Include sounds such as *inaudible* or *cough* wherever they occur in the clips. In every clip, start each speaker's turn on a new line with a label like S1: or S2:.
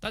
S1: 大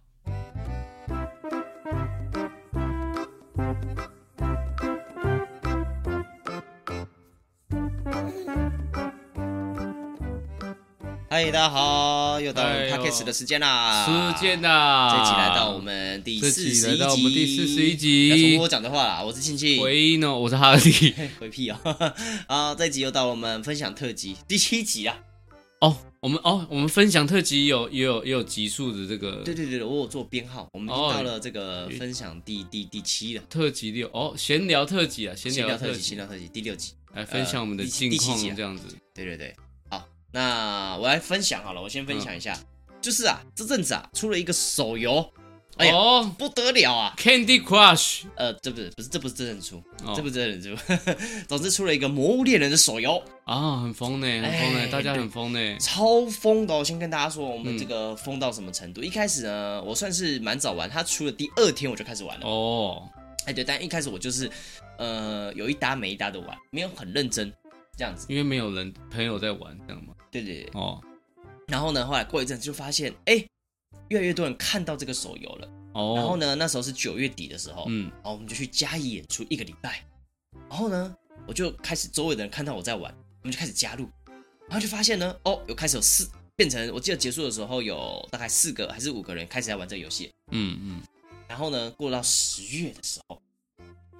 S2: 嗨，哎大家好，又到我
S1: 哎
S2: 们
S1: 呦
S2: Podcast 的时间啦！
S1: 时间
S2: 这
S1: 呐，
S2: 一集来到我们第
S1: 这
S2: 四
S1: 集
S2: 十一
S1: 来
S2: 集，
S1: 到我们第41集
S2: 要重复我讲的话啦，我是庆庆。
S1: 回音哦，我是哈利。 *laughs*
S2: 嘿 *laughs* 回屁哦！啊，这一集又到了我们分享特辑第七集啊！
S1: 哦，我们哦，我们分享特辑有也有也有集数的这个
S2: 对对对，对我有做编号，我们已经
S1: 哦
S2: 到了这个分享第第第七了，
S1: 特辑六哦，闲聊特辑啊，闲
S2: 闲聊
S1: 聊
S2: 特辑，闲
S1: 辑
S2: 聊特辑第六集。
S1: 来分享我们的
S2: 呃第
S1: 近
S2: 第七
S1: 况
S2: 集啊
S1: 这样子。
S2: 对对对，好，那我来分享好了，我先分享一下，就是啊，这阵子啊出了一个手游，哎呀
S1: 哦
S2: 不得了啊！
S1: ，Candy Crush，
S2: 呃，这不是不是这不是真人出，
S1: 哦
S2: 这不是真人出， *laughs* 总之出了一个《魔物猎人》的手游，
S1: 啊，很疯呢，很疯
S2: 哎
S1: 呢，大家很疯呢。
S2: 超疯的、哦。我先跟大家说，我们这个疯到什么程度？一开始呢，我算是蛮早玩，它出了第二天我就开始玩了。
S1: 哦，
S2: 哎，对，但一开始我就是呃有一搭没一搭的玩，没有很认真这样子。
S1: 因为没有人朋友在玩，这样吗？
S2: 对对对。
S1: 哦
S2: 然后呢，后来过一阵子就发现，哎，越来越多人看到这个手游了。
S1: 哦，
S2: 然后呢，那时候是九月底的时候，
S1: 嗯，
S2: 然后我们就去嘉义演出一个礼拜。然后呢，我就开始周围的人看到我在玩，我们就开始加入，然后就发现呢，哦，有开始有四，变成我记得结束的时候有大概四个还是五个人开始在玩这个游戏。
S1: 嗯嗯，
S2: 然后呢，过到十月的时候，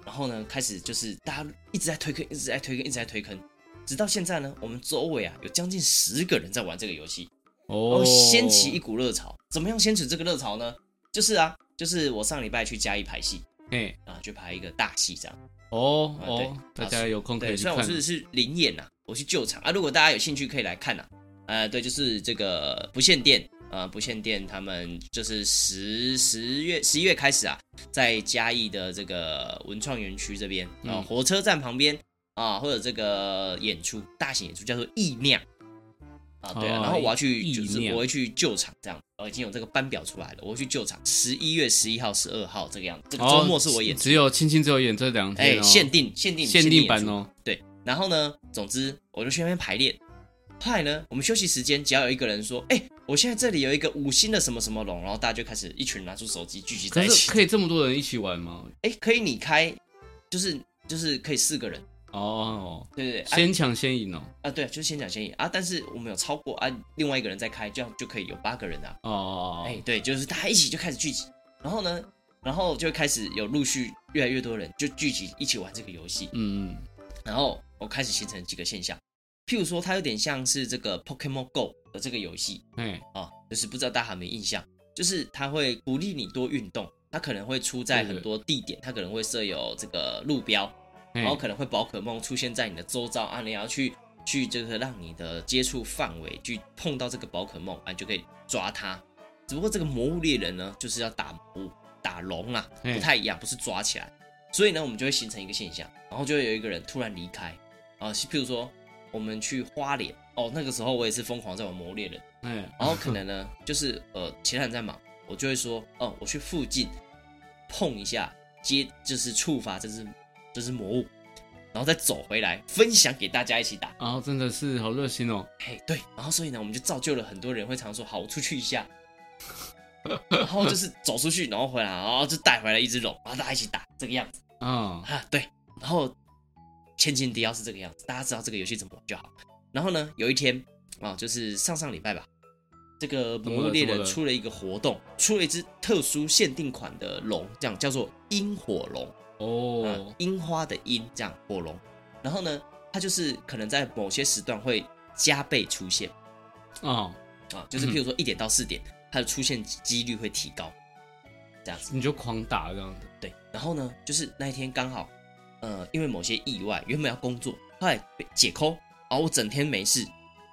S2: 然后呢，开始就是大家一直在推坑，一直在推坑，一直在推坑，直到现在呢，我们周围啊有将近十个人在玩这个游戏。然
S1: 哦
S2: 后，掀起一，股热潮。怎么样掀起这个热潮呢？就是啊，就是我上礼拜去嘉义排戏
S1: 哎，
S2: 啊，去排一个大戏这样。
S1: 哦
S2: 啊对
S1: 哦，大家有空可
S2: 对，
S1: 以去
S2: 虽然
S1: 看
S2: 我。是是零演呐、啊，我去救场啊。如果大家有兴趣可以来看呐、啊。呃，对，就是这个不限电啊，不限电他们就是十十月十一月开始啊，在嘉义的这个文创园区这边啊，
S1: 嗯
S2: 火车站旁边啊，或者这个演出大型演出叫做意酿。啊，对啊，
S1: 哦
S2: 然后我要去，
S1: 意
S2: 就是
S1: 酿
S2: 我会去救场这样，哦我已经有这个班表出来了，我会去救场，十一月十一号、十二号这个样子，这个周末是我演
S1: 哦
S2: 出，
S1: 只有青青只有演这两
S2: 哎、
S1: 天哦，
S2: 限定限定
S1: 限定版
S2: 演出
S1: 哦，
S2: 对，然后呢，总之我就去那边排练。后来呢，我们休息时间，只要有一个人说：“哎、我现在这里有一个五星的什么什么龙”，然后大家就开始一群人拿出手机聚集在
S1: 可
S2: 一
S1: 是
S2: 起。
S1: 可以这么多人一起玩吗？
S2: 哎、可以你开，就是就是可以四个人，
S1: 哦，
S2: 对对对，啊
S1: 先抢先赢哦，
S2: 啊对，就是先讲先赢啊，但是我们有超过啊，另外一个人再开，这样就可以有八个人啊。
S1: 哦哦，哦
S2: 哎、，对，就是大家一起就开始聚集，然后呢，然后就开始有陆续越来越多人就聚集一起玩这个游戏。
S1: 嗯嗯，
S2: 然后我开始形成几个现象，譬如说，它有点像是这个 Pokemon Go 的这个游戏
S1: 哎，
S2: 啊，就是不知道大家有没有印象，就是它会鼓励你多运动，它可能会出在
S1: 对对
S2: 很多地点，它可能会设有这个路标，
S1: 哎
S2: 然后可能会宝可梦出现在你的周遭啊，你要去去这个让你的接触范围去碰到这个宝可梦啊，你就可以抓它。只不过这个魔物猎人呢，就是要打魔物打龙啊，
S1: 嘿
S2: 不太一样，不是抓起来。所以呢，我们就会形成一个现象，然后就会有一个人突然离开啊，是譬如说我们去花莲哦，那个时候我也是疯狂在玩魔物猎人，
S1: 哎，
S2: 然后可能呢，就是呃，其他人在忙，我就会说，哦，我去附近碰一下，接就是触发这只这只魔物，然后再走回来分享给大家一起打。
S1: 然后哦真的是好热心哦，
S2: 嘿，对，然后所以呢，我们就造就了很多人会常说，好，我出去一下，然后就是走出去，然后回来，然后就带回来一只龙，然后大家一起打这个样子
S1: 啊，
S2: 啊，对，然后千金迪奥是这个样子，大家知道这个游戏怎么玩就好。然后呢，有一天啊，就是上上礼拜吧，这个《
S1: 怎么了
S2: 魔物猎
S1: 怎
S2: 人
S1: 么》了
S2: 出了一个活动，出了一只特殊限定款的龙，这样叫做萤火龙，
S1: 哦
S2: 啊，，樱花的樱，这样火龙。然后呢，它就是可能在某些时段会加倍出现
S1: 啊，
S2: 啊，就是譬如说一点到四点，它的出现几率会提高，这样子。
S1: 你就狂打这样子，
S2: 对，然后呢，就是那一天刚好，呃，因为某些意外，原本要工作，后来被解扣，然后我整天没事，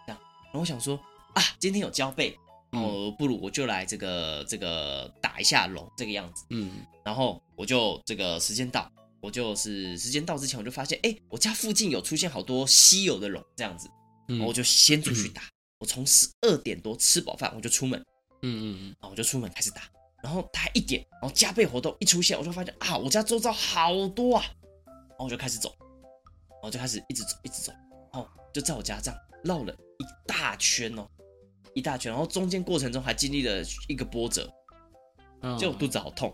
S2: 这样，然后我想说啊，今天有交备，
S1: 嗯
S2: 哦，不如我就来这个这个打一下龙这个样子，
S1: 嗯，
S2: 然后我就这个时间到，我就是时间到之前我就发现，哎，我家附近有出现好多稀有的龙这样子，
S1: 嗯
S2: 然后我就
S1: *clears throat*
S2: 先出去打，我从十二点多吃饱饭我就出门，
S1: 嗯嗯嗯，
S2: 然后我就出门开始打，然后大概一点，然后加倍活动一出现，我就发现啊，我家周遭好多啊，然后我就开始走，然后就开始一直走，一直走，然后就在我家这样绕了一大圈哦，一大圈，然后中间过程中还经历了一个波折，
S1: 嗯
S2: 就我肚子好痛，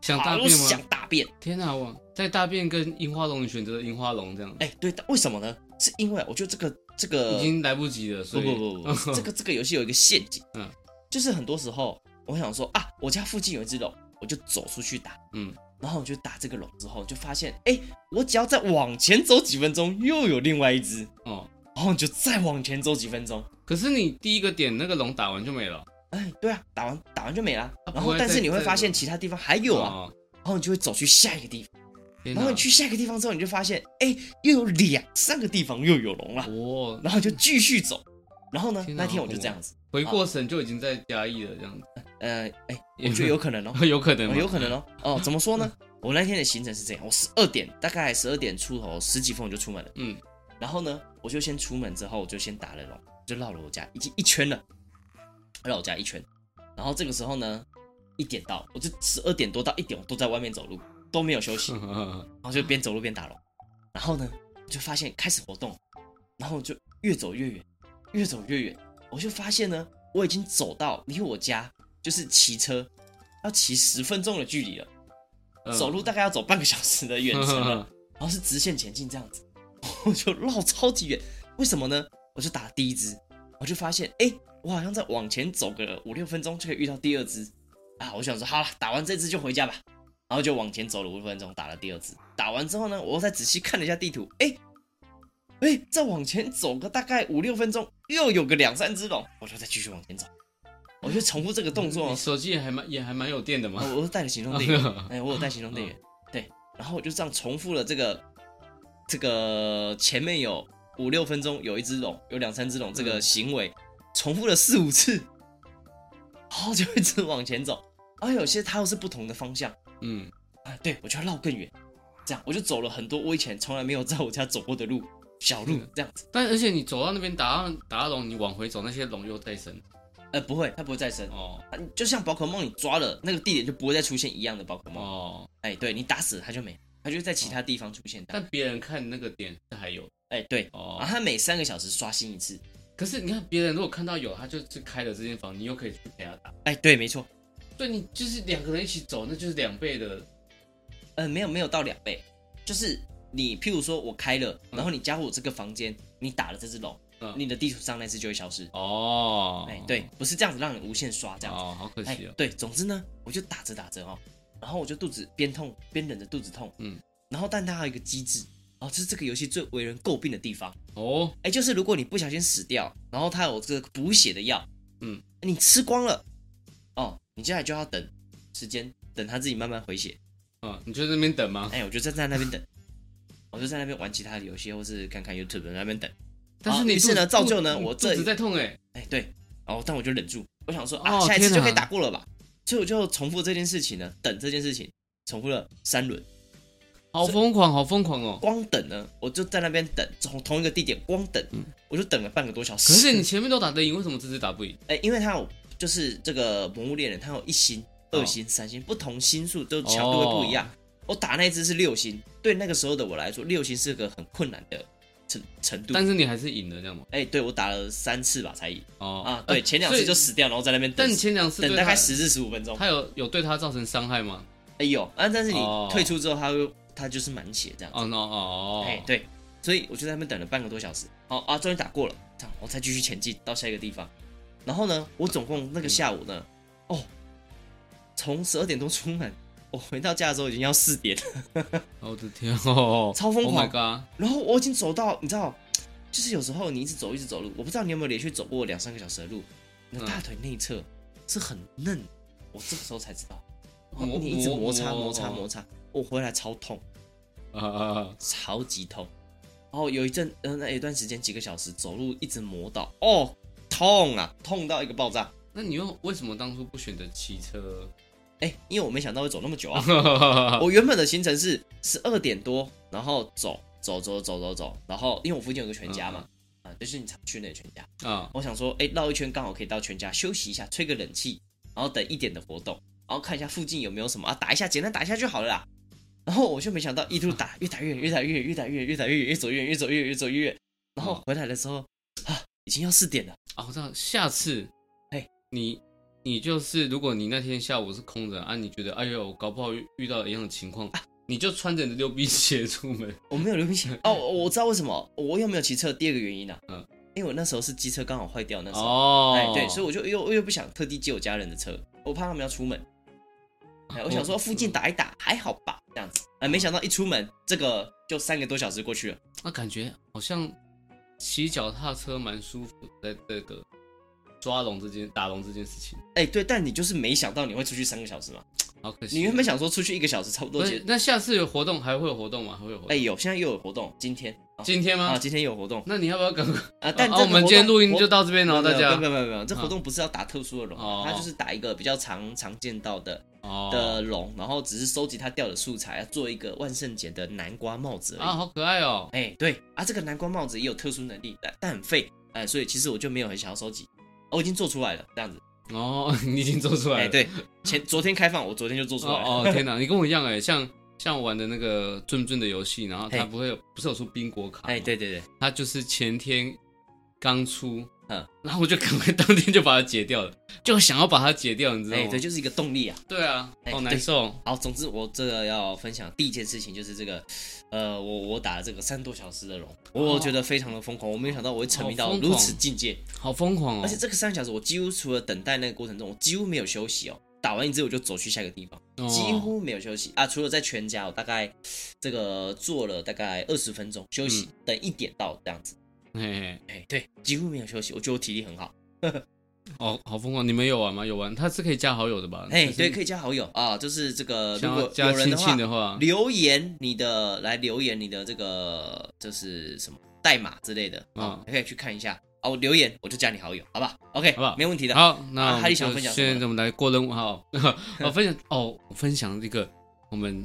S1: 想大
S2: 好
S1: 便
S2: 想
S1: 吗？
S2: 大便。
S1: 天哪、我在大便跟樱花龙，你选择了樱花龙这样，
S2: 哎、对，但为什么呢？是因为我觉得这个这个
S1: 已经来不及了，
S2: 不
S1: 所以
S2: 不呃不不不，这个这个游戏有一个陷阱，
S1: 嗯
S2: 嗯，就是很多时候我想说啊，我家附近有一只龙，我就走出去打，
S1: 嗯，
S2: 然后我就打这个龙之后，就发现哎、我只要再往前走几分钟，又有另外一只，
S1: *laughs* 哦。
S2: 然后你就再往前走几分钟，
S1: 可是你第一个点那个龙打完就没了，
S2: 哎、对啊，打完打完就没了，
S1: 啊
S2: 然
S1: 不
S2: 后
S1: 会
S2: 但是
S1: 再
S2: 你会
S1: 再
S2: 发现其他地方还有啊，
S1: 哦，
S2: 然后你就会走去下一个地方，
S1: 天
S2: 然
S1: 哪
S2: 后你去下一个地方之后，你就发现哎、又有两三个地方又有龙了，
S1: 哦，
S2: 然后就继续走，然后呢，
S1: 天哪
S2: 那天我
S1: 好
S2: 就
S1: 恐
S2: 这样子，
S1: 回过神就已经在嘉义了，这样子，
S2: 呃，哎、我觉得有可能哦。
S1: *laughs* 有可能
S2: 哦
S1: 吗？
S2: 有可能哦。哦，怎么说呢？我那天的行程是这样，我十二点大概十二点出头，十几分我就出门了。
S1: 嗯，
S2: 然后呢，我就先出门之后，我就先打了龙，就绕了我家已经一圈了，绕我家一圈。然后这个时候呢，一点到，我就十二点多到一点，我都在外面走路，都没有休
S1: *laughs*
S2: 息，然后就边走路边打龙。然后呢，就发现开始活动，然后就越走越远，越走越远。我就发现呢，我已经走到离我家就是骑车要骑十分钟的距离了。
S1: 嗯
S2: 走路大概要走半个小时的远
S1: *laughs*
S2: 程了，然后是直线前进这样子， *laughs* 我就绕超级远。为什么呢？我就打第一只，我就发现，哎、我好像再往前走个五六分钟就可以遇到第二只啊！我想说，好了，打完这只就回家吧，然后就往前走了五六分钟，打了第二只。打完之后呢，我又再仔细看了一下地图，哎、哎、再往前走个大概五六分钟，又有个两三只龙，我就再继续往前走，我就重复这个动作
S1: 你手机也还蛮也还蛮有电的嘛 *laughs*
S2: 啊，，我有带了行动电源，
S1: 啊
S2: 哎，我有带行动电源，
S1: 嗯
S2: 对，然后我就这样重复了这个这个前面有五六分钟有一只龙，有两三只龙这
S1: 嗯
S2: 个行为，重复了四五次，然后就一直往前走，而有些它又是不同的方向，
S1: 嗯，
S2: 啊，对我就要绕更远，这样我就走了很多我以前从来没有在我家走过的路，小路
S1: 嗯
S2: 这样子，
S1: 但而且你走到那边打到打到龙，你往回走，那些龙又再生
S2: 呃，不会，它不会再生。
S1: 哦
S2: 啊就像宝可梦，你抓了那个地点就不会再出现一样的宝可梦。
S1: 哦，
S2: 哎，对你打死了它就没了，它就会在其他地方出现的。
S1: 但别人看那个点是还有
S2: 哎，对，
S1: 哦
S2: 啊，，他每三个小时刷新一次。
S1: 可是你看别人如果看到有，他就是开了这间房，你又可以去陪他打，
S2: 哎，对，没错，
S1: 所以你就是两个人一起走，那就是两倍的
S2: 呃，没有没有到两倍，就是你譬如说我开了，然后你加入我这个房间，你打了这只龙，
S1: 嗯
S2: 你的地图上那只就会消失。
S1: 哦，
S2: 哎，对，不是这样子让你无限刷这样子。
S1: 哦，好可
S2: 哎
S1: 惜哦，，
S2: 对，总之呢，我就打着打着哦，然后我就肚子边痛边忍着肚子痛，
S1: 嗯，
S2: 然后但它还有一个机制，哦，这是这个游戏最为人诟病的地方，
S1: 哦，
S2: 哎，就是如果你不小心死掉，然后它有这个补血的药，
S1: 嗯，
S2: 你吃光了，哦，你接下来就要等时间，等它自己慢慢回血。
S1: 嗯，你就在那边等吗？
S2: 哎，我就站在那边等，我就在那边玩其他的游戏，或是看看 YouTube 在那边等。
S1: 但哦是你
S2: 于
S1: 肚
S2: 是呢
S1: 子
S2: 造就呢
S1: 肚
S2: 我
S1: 肚
S2: 这
S1: 子在痛哎，
S2: 哎，对，然后但我就忍住，我想说啊，
S1: 哦
S2: 下一次
S1: 天哪
S2: 就可以打过了吧，所以我就重复这件事情呢，等这件事情重复了三轮，
S1: 好疯狂，好疯狂哦。
S2: 光等呢，我就在那边等，从同一个地点光等，我就等了半个多小时。
S1: 嗯可是你前面都打得赢，为什么这次打不赢？
S2: 哎，因为它有就是这个魔物猎人，它有一星、
S1: 哦
S2: 二星、三星，不同星数都强度会不一样。我打那一只是六星，对那个时候的我来说，六星是个很困难的程程度。
S1: 但是你还是赢了，这样吗？
S2: 哎、对我打了三次吧才赢
S1: 哦
S2: 啊，对，前两次就
S1: 所以
S2: 死掉，然后在那边等
S1: 但，前两次
S2: 等
S1: 对
S2: 大概
S1: 他
S2: 十至十五分钟。
S1: 他有有对他造成伤害吗？
S2: 哎有啊，但是你
S1: 哦
S2: 退出之后，他会他就是满血这样子。
S1: 哦，no，哦，
S2: 哎、对，所以我就在那边等了半个多小时，好啊，终于打过了，这样我才继续前进到下一个地方。然后呢，我总共
S1: 嗯
S2: 那个下午呢，哦，从十二点多出门，我回到家的时候已经要四点了，
S1: 哦，我的天哦，
S2: 超疯狂
S1: Oh my god！
S2: 然后我已经走到，你知道，就是有时候你一直走一直走路，我不知道你有没有连续走过两三个小时的路，你的
S1: 嗯
S2: 大腿内侧是很嫩的，我这个时候才知道，哦
S1: 磨
S2: 你一直
S1: 磨
S2: 摩擦
S1: 磨
S2: 摩擦摩擦，我回来超痛。
S1: 啊啊啊！
S2: 超级痛。然后有一阵，嗯、那有一段时间几个小时走路一直磨到，哦，痛啊，痛到一个爆炸。
S1: 那你又为什么当初不选择骑车？ *laughs*
S2: 哎，因为我没想到会走那么久啊。我原本的行程是十二点多，然后走走走走走走，然后因为我附近有个全家嘛，啊，就是你常去那个全家。
S1: 啊，
S2: 我想说，哎，绕一圈刚好可以到全家休息一下，吹个冷气，然后等一点的活动，然后看一下附近有没有什么啊，打一下，简单打一下就好了啦。然后我就没想到一路打，越打越远，越打越远，越打越远，越打越远，越走越远，越走越远，越走越远。然后回来的时候啊，已经要四点了。
S1: 啊，我知道，下次，
S2: 嘿，
S1: 你你就是，如果你那天下午是空着啊，你觉得，哎呦，搞不好遇遇到一样的情况，
S2: 啊
S1: 你就穿着你的溜冰鞋出
S2: *laughs*
S1: 门。
S2: 我没有流鼻血哦，我我知道为什么，我又没有骑车。第二个原因呢、啊，
S1: 嗯
S2: 因为我那时候是机车刚好坏掉，那时候，
S1: 哦，
S2: 哎、对，所以我就又又不想特地借我家人的车，我怕他们要出门。哎，我想
S1: 哦
S2: 说附近打一打还好吧，这样子。哎，没想到一出门，这个就三个多小时过去了。
S1: 那感觉好像骑脚踏车蛮舒服的，在这个抓龙这件打龙这件事情，
S2: 哎，对，但你就是没想到你会出去三个小时嘛？
S1: 好可惜。
S2: 你原本想说出去一个小时差不多
S1: 啊不
S2: 结
S1: 是，。那下次有活动还会有活动吗？还会有活动？
S2: 哎，有，现在又有活动，今天啊
S1: 今天吗？
S2: 啊，今天有活动
S1: 那你要不要赶快？
S2: 啊，但
S1: 啊
S2: 这个
S1: 我们
S2: 活
S1: 今天
S2: 动
S1: 录音
S2: 活
S1: 就到这边了，
S2: 没
S1: 大
S2: 有
S1: 家
S2: 没。有没有没有，这
S1: 啊
S2: 活动不是要打特殊的龙，
S1: 哦
S2: 它就是打一个比较常常见到的
S1: 哦，
S2: 的龙，然后只是收集它掉的素材，要做一个万圣节的南瓜帽子而
S1: 啊，
S2: 已。
S1: 好可爱哦。
S2: 哎，对啊，这个南瓜帽子也有特殊能力，但但很废，哎，所以其实我就没有很想要收集，哦我已经做出来了，这样子。
S1: 哦， *laughs* 你已经做出来
S2: 哎，
S1: 了。
S2: 对，前昨天开放，我昨天就做出来
S1: 哦
S2: 了。
S1: 哦，天哪，你跟我一样哎，像像我玩的那个俊俊的游戏，然后它
S2: 嘿
S1: 不会有不是有出宾果卡吗？
S2: 哎，对对对，
S1: 它就是前天刚出，
S2: 嗯，
S1: *laughs* 然后我就赶快当天就把它解掉了，就想要把它解掉，你知道
S2: 哎，
S1: 吗
S2: 对，？就是一个动力啊。
S1: 对啊，
S2: 哎
S1: 好
S2: 对
S1: 难受。
S2: 好，总之我这个要分享第一件事情就是这个，呃，我我打了这个三多小时的龙，我觉得非常的疯狂，我没有想到我会沉迷
S1: 好
S2: 到
S1: 哦疯
S2: 如
S1: 狂
S2: 此境界。
S1: 好疯狂哦
S2: 而！且这个三个小时，我几乎除了等待那个过程中，我几乎没有休息哦。打完一支我就走去下一个地方，
S1: 哦
S2: 几乎没有休息啊。除了在全家，我大概这个做了大概二十分钟休息，
S1: 嗯
S2: 等一点到这样子。
S1: 嘿嘿
S2: 哎，对，几乎没有休息，我觉得我体力很好。
S1: 哦，好疯狂！你们有玩吗？有玩，它是可以加好友的吧？
S2: 哎，
S1: 嗯就是
S2: 对，可以加好友啊，就是这个如
S1: 想要
S2: 果
S1: 加
S2: 有人
S1: 亲
S2: 的
S1: 戚
S2: 话，
S1: 的话，
S2: 留言你的来留言你的这个就是什么代码之类的
S1: 嗯
S2: 啊，可以去看一下啊。我留言我就加你好友，好吧？OK，
S1: 好不好
S2: 没问题的。
S1: 好，那我
S2: 哈
S1: 们
S2: 利想
S1: 就
S2: 分享什么
S1: 现在我们来过任务
S2: *laughs*
S1: 哈。我分享哦，我分享一个，我们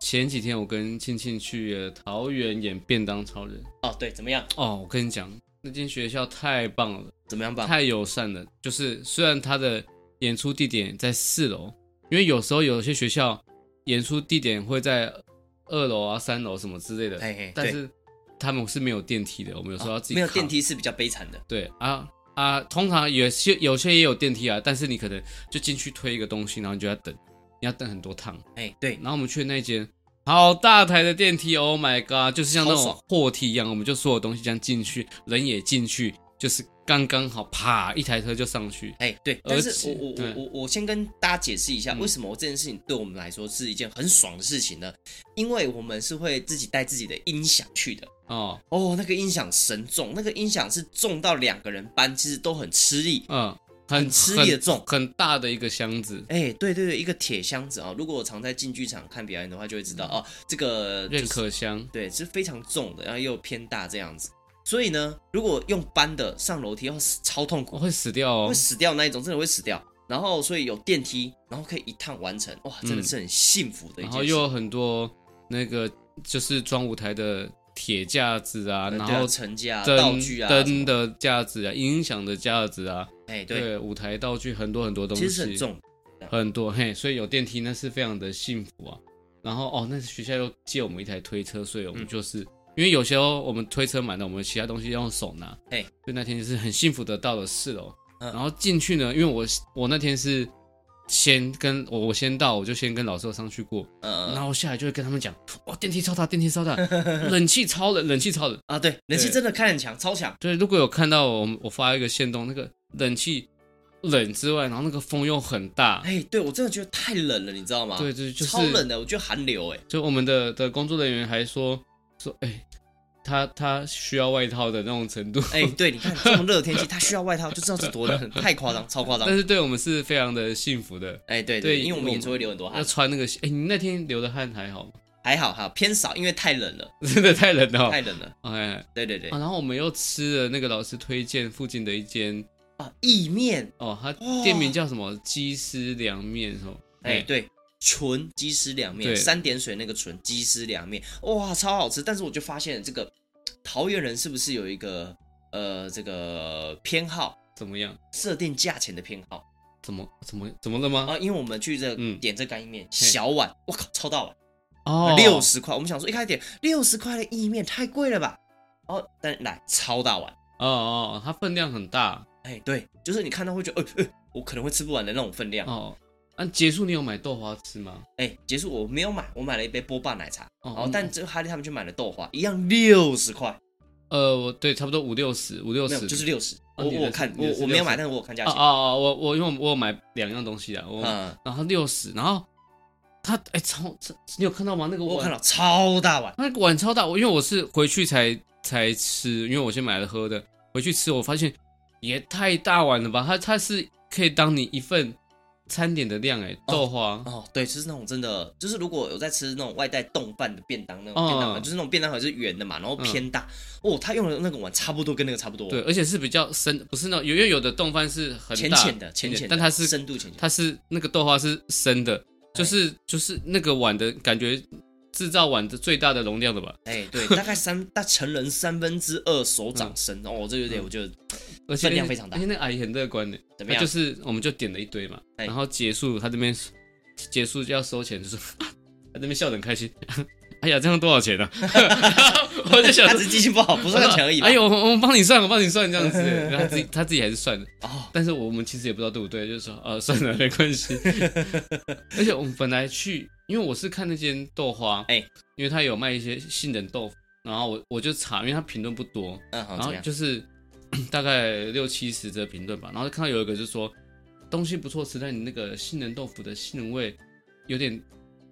S1: 前几天我跟庆庆去了桃园演便当超人。
S2: 哦，对，怎么样？
S1: 哦，我跟你讲，那间学校太棒了，
S2: 怎么样吧？
S1: 太友善了。就是虽然它的演出地点在四楼，因为有时候有些学校演出地点会在二楼啊、三楼什么之类的，
S2: 嘿嘿，
S1: 但
S2: 对哦
S1: 是他们是没有电梯的，我们有时候要自己、
S2: 没有电。梯是比较悲惨的。
S1: 对啊啊，通常有些有些也有电梯啊，但是你可能就进去推一个东西，然后你就要等，你要等很多趟。
S2: 哎，对，
S1: 然后我们去的那间好大台的电梯，Oh my god，就是像那
S2: 超
S1: 种
S2: 爽
S1: 货梯一样，我们就所有东西这样进去，人也进去，就是刚刚好，啪，一台车就上去。
S2: 哎，对，
S1: 而
S2: 但
S1: 且
S2: 是我我我
S1: 对嗯
S2: 我我先跟大家解释一下，为什么这件事情对我们来说是一件很爽的事情呢？因为我们是会自己带自己的音响去的。
S1: 哦，
S2: 哦，那个音响神重，那个音响是重到两个人搬，其实都很吃力。
S1: 嗯，
S2: 很吃力的重
S1: 很很大的一个箱子，
S2: 哎，对对对，一个铁箱子啊、如果我常在进剧场看表演的话，就会知道哦，这个就
S1: 嗯
S2: 是
S1: 认可箱。
S2: 对，是非常重的，然后又偏大这样子。所以呢，如果用搬的上楼梯，要超痛苦
S1: 我、。会死掉哦
S2: 会！死掉那一种，真的会死掉。然后所以有电梯，然后可以一趟完成，哇，真的是很幸福的
S1: 嗯
S2: 一
S1: 然
S2: 件
S1: 后
S2: 事。
S1: 又有很多那个就是装舞台的铁架子啊，
S2: 呃
S1: 然
S2: 对啊
S1: 后
S2: 成家
S1: 灯
S2: 道具啊，什
S1: 灯
S2: 么
S1: 的架子啊，音响的架子啊，
S2: 哎对，
S1: 对，舞台道具很多很多东西，
S2: 其实是很重。
S1: 很多嘿，所以有电梯那是非常的幸福啊。然后哦，那学校又借我们一台推车，所以我
S2: 嗯
S1: 们就是、因为有时候我们推车满了，我们其他东西要用手拿，
S2: 嘿
S1: 所以那天就是很幸福的到了四楼，
S2: 嗯
S1: 然后进去呢，因为我我那天是先跟我我先到，我就先跟老师有上去过，
S2: 呃
S1: 然后下来就会跟他们讲，哇，电梯超大，电梯超大， *laughs* 冷气超冷，冷气超冷。
S2: 啊，对，人气
S1: 对
S2: 真的看很强，超强。
S1: 对，如果有看到我们我发一个线动，那个冷气冷之外，然后那个风又很大，
S2: 哎，对我真的觉得太冷了，你知道吗？
S1: 对，对，就是
S2: 超冷的，我觉得寒流
S1: *laughs*
S2: 哎。
S1: 就我们的的工作人员还说说，哎、他他需要外套的那种程度，
S2: 哎，对，你看这么热的天气，他需要外套，就知道是多冷，太夸张，超夸张
S1: 但。是对我们是非常的幸福的。
S2: 哎，对
S1: 对
S2: 因为我
S1: 我
S2: 们
S1: 们
S2: 演出会流很多
S1: 要
S2: 汗，
S1: 穿那个，哎、你那天流的汗还好吗？ *laughs*
S2: 还好哈，偏少，因为太冷了，
S1: 真的太冷了哦，
S2: 太冷了。
S1: 哎、
S2: 对对对
S1: 啊，然后我们又吃了那个老师推荐附近的一间，
S2: 啊，意面，
S1: 哦，它
S2: 哇
S1: 店名叫什么鸡丝凉面什么，
S2: 哎，对，纯鸡丝凉面，
S1: 对
S2: 三点水那个纯鸡丝凉面，哇，超好吃。但是我就发现这个桃园人是不是有一个呃这个偏好，
S1: 怎么样？
S2: 设定价钱的偏好？
S1: 怎么怎么怎么了吗？
S2: 啊，因为我们去这
S1: 嗯
S2: 点这干意面小碗，我靠，超大碗。
S1: 哦，
S2: 啊六十块，我们想说一开始点六十块的意面太贵了吧？哦，但来超大碗，
S1: 哦哦，它分量很大
S2: 哎，对，就是你看到会觉得，呃、呃，我可能会吃不完的那种分量。
S1: 哦。啊，结束你有买豆花吃吗？
S2: 哎、结束我没有买，我买了一杯波霸奶茶，
S1: 哦
S2: 然后但这哈利他们去买了豆花，一样六十块，
S1: 呃，我对，差不多五六十，五六
S2: 没有
S1: 十，
S2: 就是六十。
S1: 哦
S2: 我
S1: 你的
S2: 我
S1: 是
S2: 看
S1: 你
S2: 我
S1: 的是
S2: 我没有
S1: 60
S2: 买，但是我有看价
S1: 哦
S2: 钱。
S1: 哦哦，我我因为我有买两样东西啊，我、
S2: 嗯，
S1: 然后六十，然后它哎超超，你有看到吗？那个
S2: 我
S1: 碗
S2: 看到超大碗，
S1: 那个碗超大，我因为我是回去才才吃，因为我先买了喝的，回去吃我发现也太大碗了吧？它它是可以当你一份餐点的量哎、豆花
S2: 哦，对，就是那种真的，就是如果有在吃那种外带冻饭的便当，那种
S1: 哦嗯
S2: 便当盒、就是那种便当盒是圆的嘛，然后偏大。哦，他用的那个碗差不多跟那个差不多。
S1: 对，，而且是比较深，不是那种有因为有的冻饭是很
S2: 浅
S1: 大
S2: 浅的，浅浅的，
S1: 但它是
S2: 深度浅浅。
S1: *laughs* 它是那个豆花是深的，就是就是那个碗的感觉，制造碗的最大的容量的吧？
S2: 哎，对，大概三，大成人三分之二手掌深。哦，这有点，
S1: 嗯
S2: 我觉得
S1: 而且
S2: 分量
S1: 那
S2: 非常大
S1: 而且那个阿姨很乐观的，
S2: 怎么
S1: 她
S2: 样？
S1: 就是我们就点了一堆嘛，
S2: 哎
S1: 然后结束她这边结束就要收钱，就说 *laughs* 她这边笑得很开心。 *laughs* 哎呀，这样多少钱啊？ *laughs* 我就想
S2: 他
S1: 说
S2: 只是记性不好，不算钱而已吧。
S1: *laughs* 哎呦，我我帮你算，我帮你算这样子，然后她自己她自己还是算的。
S2: 哦，
S1: 但是我们其实也不知道对不对，就是说呃算了，没关系。而且我们本来去，因为我是看那间豆花，
S2: 哎
S1: 因为他有卖一些杏仁豆腐，然后我我就查，因为他评论不多，
S2: 嗯，好，
S1: 然
S2: 怎
S1: 后
S2: 么样？
S1: 就是 *clears throat* 大概六七十则评论吧，然后看到有一个就说东西不错吃，但你那个杏仁豆腐的杏仁味有点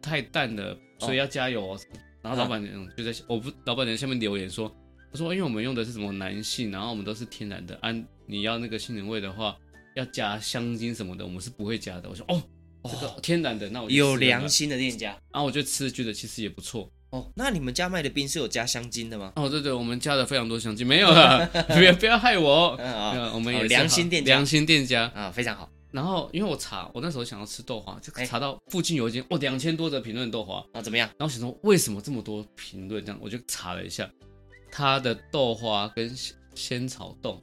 S1: 太淡了，所以要加油哦。然后
S2: 啊
S1: 老板娘嗯就在我不老板娘下面留言说，他说因为我们用的是什么男性，然后我们都是天然的，按、你要那个杏仁味的话，要加香精什么的，我们是不会加的。我说哦，这个天然的，那我就
S2: 有
S1: 吃了
S2: 良
S1: 吧，啊
S2: 心的店家。
S1: 然后我就吃觉得其实也不错。
S2: 哦，那你们家卖的冰是有加香精的吗？
S1: 哦，对对，我们加了非常多香精，没有了，别 *laughs* 不要害我哦。
S2: 嗯啊
S1: 对，我们
S2: 哦
S1: 也是
S2: 良
S1: 哈
S2: 心店家
S1: 良心店家。
S2: 啊，非常好。
S1: 然后因为我查，我那时候想要吃豆花，就
S2: 哎
S1: 查到附近有一间，哦，两千多则评论豆花，
S2: 啊，怎么样？
S1: 然后想说为什么这么多评论这样，我就查了一下，它的豆花跟仙仙草冻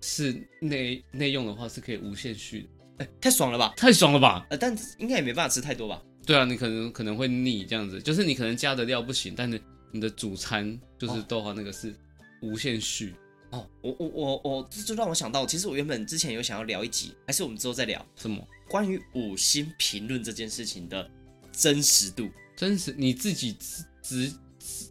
S1: 是内内用的话是可以无限续的，
S2: 哎，太爽了吧？
S1: 太爽了吧？
S2: 呃，但应该也没办法吃太多吧？
S1: 对啊，你可能可能会腻这样子，就是你可能加的料不行，但是你的主餐就是
S2: 哦
S1: 豆花那个是无限续。
S2: 哦，我我我我，这就让我想到，其实我原本之前有想要聊一集，还是我们之后再聊
S1: 什么
S2: 关于五星评论这件事情的真实度。
S1: 真实？你自己直直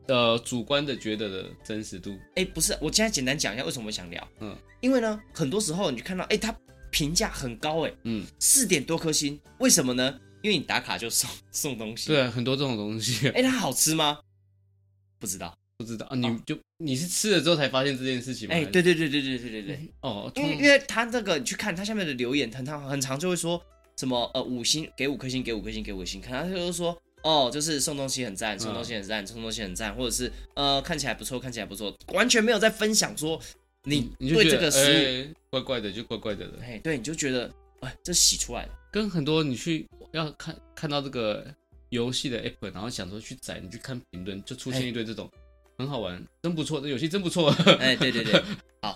S1: 呃主观的觉得的真实度，
S2: 哎，不是，我现在简单讲一下为什么我想聊。
S1: 嗯，
S2: 因为呢，很多时候你就看到，哎，他评价很高，哎，
S1: 嗯，
S2: 四点多颗星，为什么呢？因为你打卡就送 *laughs* 送东西。
S1: 对，啊，很多这种东西
S2: 哎，它好吃吗？不知道。
S1: 不知道啊，你就你是吃了之后才发现这件事情吗？
S2: 哎，对对对对对对对对。
S1: 哦，
S2: 因为因
S1: 通
S2: 为他这个你去看他下面的留言，很常很常就会说什么呃五星给五颗星给五颗星给五颗星，可能他就是说哦就是送东西很
S1: 嗯
S2: 赞，送东西很赞，送东西很赞，或者是呃看起来不错看起来不错，完全没有在分享说你
S1: 嗯你就
S2: 对
S1: 觉
S2: 这
S1: 得
S2: 个食
S1: 哎怪怪的，就怪怪的
S2: 物，
S1: 了。
S2: 哎对你就觉得哎这洗出来了，
S1: 跟很多你去要看看到这个游戏的 app，然后想说去载，你去看评论，就出现一堆这种，很好玩，真不错，这游戏真不错，
S2: 哎对对对，好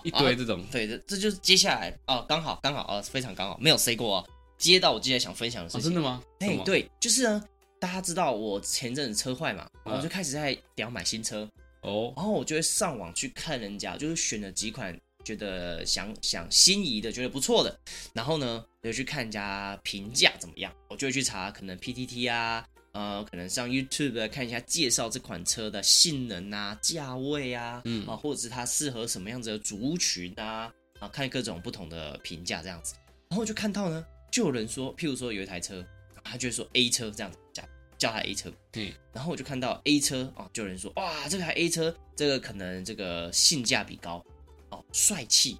S1: *laughs* 一
S2: 好
S1: 堆这种。
S2: 对，这这就是接下来哦刚好刚好哦非常刚好没有 say 过哦，接到我接下来想分享的
S1: 哦，
S2: 事情
S1: 真。的吗？
S2: 哎、
S1: 什么，
S2: 对，就是呢，大家知道我前阵子车坏嘛，然后就开始在聊买新车，
S1: 哦，
S2: 然后我就会上网去看人家，就是选了几款觉得想想心仪的、觉得不错的，然后呢，就去看人家评价怎么样，我就会去查可能 PTT 啊，呃，可能上 YouTube 看一下介绍这款车的性能啊、价位啊，
S1: 嗯
S2: 啊，或者是它适合什么样子的族群啊，啊，看各种不同的评价这样子，然后我就看到呢，就有人说，譬如说有一台车，他就会说 A 车这样子讲，叫它 A 车，
S1: 对，
S2: 然后我就看到 A 车哦，就有人说哇，这台 A 车这个可能这个性价比高哦，帅气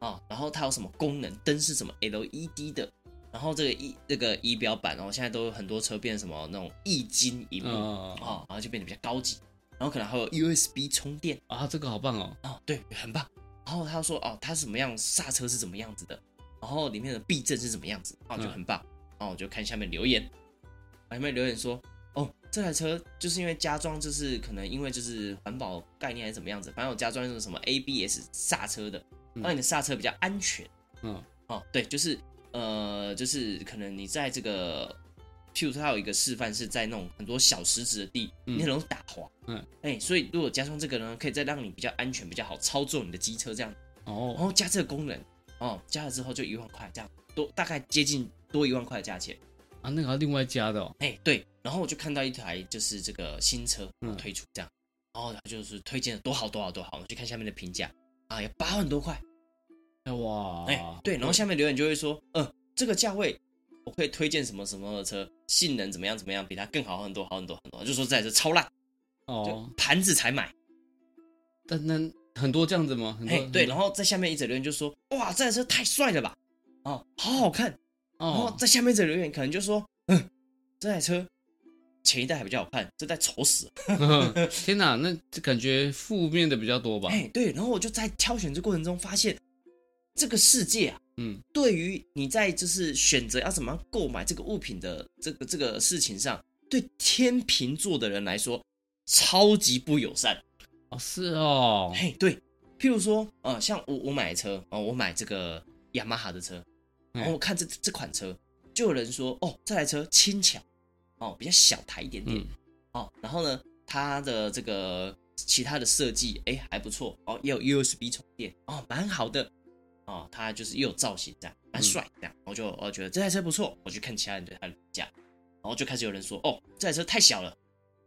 S2: 哦，然后它有什么功能，灯是什么 LED 的，然后这个仪这个仪表板哦，现在都有很多车变成什么那种液晶屏幕
S1: 嗯
S2: 哦，然后就变得比较高级，然后可能还有 USB 充电
S1: 啊，这个好棒哦，
S2: 哦，对，很棒。然后他说哦，它是怎么样，刹车是怎么样子的，然后里面的避震是怎么样子，哦，就
S1: 嗯
S2: 很棒。然后我就看下面留言，啊下面留言说哦，这台车就是因为加装，就是可能因为就是环保概念还是怎么样子，反正我加装一种什么 ABS 刹车的，
S1: 嗯
S2: 让你的刹车比较安全。
S1: 嗯，
S2: 哦，对，就是呃，就是可能你在这个，譬如说它有一个示范是在那种很多小石子的地，
S1: 嗯
S2: 你很容易打滑。
S1: 嗯，
S2: 哎、所以如果加上这个呢，可以再让你比较安全、比较好操作你的机车这样。然
S1: 哦，
S2: 后加这个功能，哦，加了之后就一万块这样，多大概接近多一万块的价钱。
S1: 啊，那个要另外加的哦，
S2: 哎、对，然后我就看到一台就是这个新车
S1: 嗯
S2: 推出这样，然后它就是推荐了多好多好多好，我去看下面的评价啊，有八万多块，
S1: 哎哇，
S2: 哎、对，然后下面留言就会说，呃，这个价位我可以推荐什么什么的车，性能怎么样怎么样，比它更好很多，好很多很多，就说这台车超烂，就
S1: 哦，
S2: 盘子才买，
S1: 但那很多这样子吗？很
S2: 哎、
S1: 多
S2: 对，
S1: 很多
S2: 然后在下面一直留言就说，哇，这台车太帅了吧，哦，好好看，然后
S1: 哦，
S2: 在下面一则留言可能就说，嗯，这台车前一代还比较好看，这代丑死了。
S1: 天哪，那这感觉负面的比较多吧？
S2: 哎、对，然后我就在挑选这过程中发现，这个世界啊，
S1: 嗯，
S2: 对于你在就是选择要怎么样购买这个物品的这个这个事情上，对天秤座的人来说超级不友善。
S1: 哦是哦，
S2: 嘿，对，譬如说，呃，像我我买车哦，我买这个雅马哈的车，
S1: 嗯
S2: 然后我看这这款车，就有人说，哦，这台车轻巧，哦，比较小台一点点，
S1: 嗯
S2: 哦，然后呢，它的这个其他的设计，哎，还不错哦，也有 USB 充电，哦，蛮好的，哦，它就是又有造型这样，蛮帅这样，我就我觉得这台车不错，我去看其他人对它的评价，然后就开始有人说，哦，这台车太小了，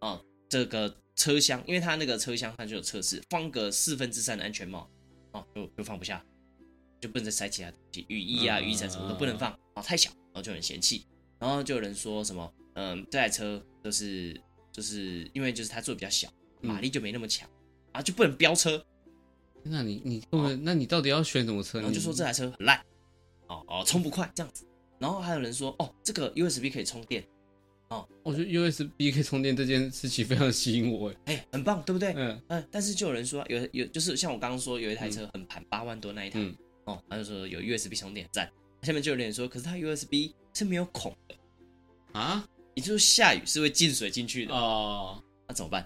S2: 哦，这个车厢，因为它那个车厢它就有测试，放个四分之三的安全帽，哦，就就放不下，就不能再塞其他东西，雨衣啊、
S1: 嗯
S2: 雨伞什么都不能放，哦，太小，然后就很嫌弃，然后就有人说什么，嗯，这台车就是就是因为就是它做得比较小，
S1: 嗯
S2: 马力就没那么强，啊，就不能飙车，
S1: 那你你根本那你到底要选什么车？
S2: 哦然后就
S1: 你
S2: 说这台车很烂，哦哦，充不快这样子，然后还有人说，哦，这个 USB 可以充电，
S1: 我觉得 USB 可以充电这件事情非常吸引我，哎，
S2: 哎，很棒，对不对？
S1: 嗯，
S2: 嗯，但是就有人说有有就是像我刚刚说有一台车很盘八万多那一台，
S1: 嗯
S2: 哦，他就说有 USB 充电站，下面就有人说，可是它 USB 是没有孔的，
S1: 啊，
S2: 也就是说下雨是会进水进去的，
S1: 哦，
S2: 那怎么办？